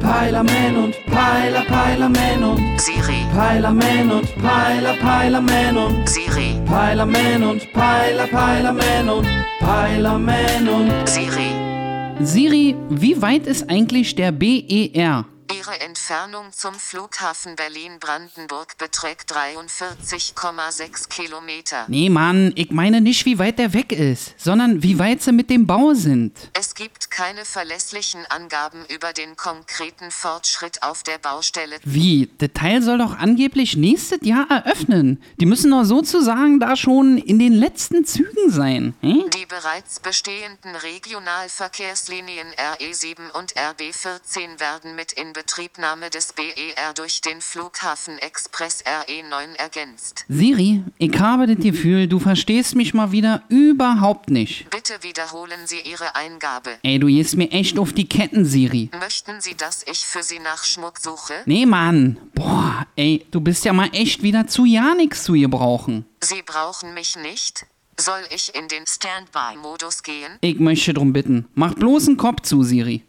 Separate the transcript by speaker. Speaker 1: Peilerman und Peiler, Peilerman und
Speaker 2: Siri,
Speaker 1: Peilerman und Peiler, Peilerman und
Speaker 2: Siri,
Speaker 1: Peilerman und Peiler, Peilerman und Peilerman und
Speaker 2: Siri.
Speaker 3: Siri, wie weit ist eigentlich der E BER?
Speaker 2: Ihre Entfernung zum Flughafen Berlin-Brandenburg beträgt 43,6 Kilometer.
Speaker 3: Nee, Mann, ich meine nicht, wie weit der weg ist, sondern wie weit sie mit dem Bau sind.
Speaker 2: Es gibt keine verlässlichen Angaben über den konkreten Fortschritt auf der Baustelle.
Speaker 3: Wie? Das Teil soll doch angeblich nächstes Jahr eröffnen. Die müssen doch sozusagen da schon in den letzten Zügen sein. Hm?
Speaker 2: Die bereits bestehenden Regionalverkehrslinien RE7 und RB14 werden mit Inbetriebnahme des BER durch den Flughafen Express RE9 ergänzt.
Speaker 3: Siri, ich habe das Gefühl, du verstehst mich mal wieder überhaupt nicht.
Speaker 2: Bitte wiederholen Sie Ihre Eingabe.
Speaker 3: Ey, du gehst mir echt auf die Ketten, Siri.
Speaker 2: Möchten Sie, dass ich für Sie nach Schmuck suche?
Speaker 3: Nee, Mann. Boah, ey, du bist ja mal echt wieder zu ja nix zu gebrauchen.
Speaker 2: Sie brauchen mich nicht? Soll ich in den Standby-Modus gehen?
Speaker 3: Ich möchte drum bitten. Mach bloß einen Kopf zu, Siri.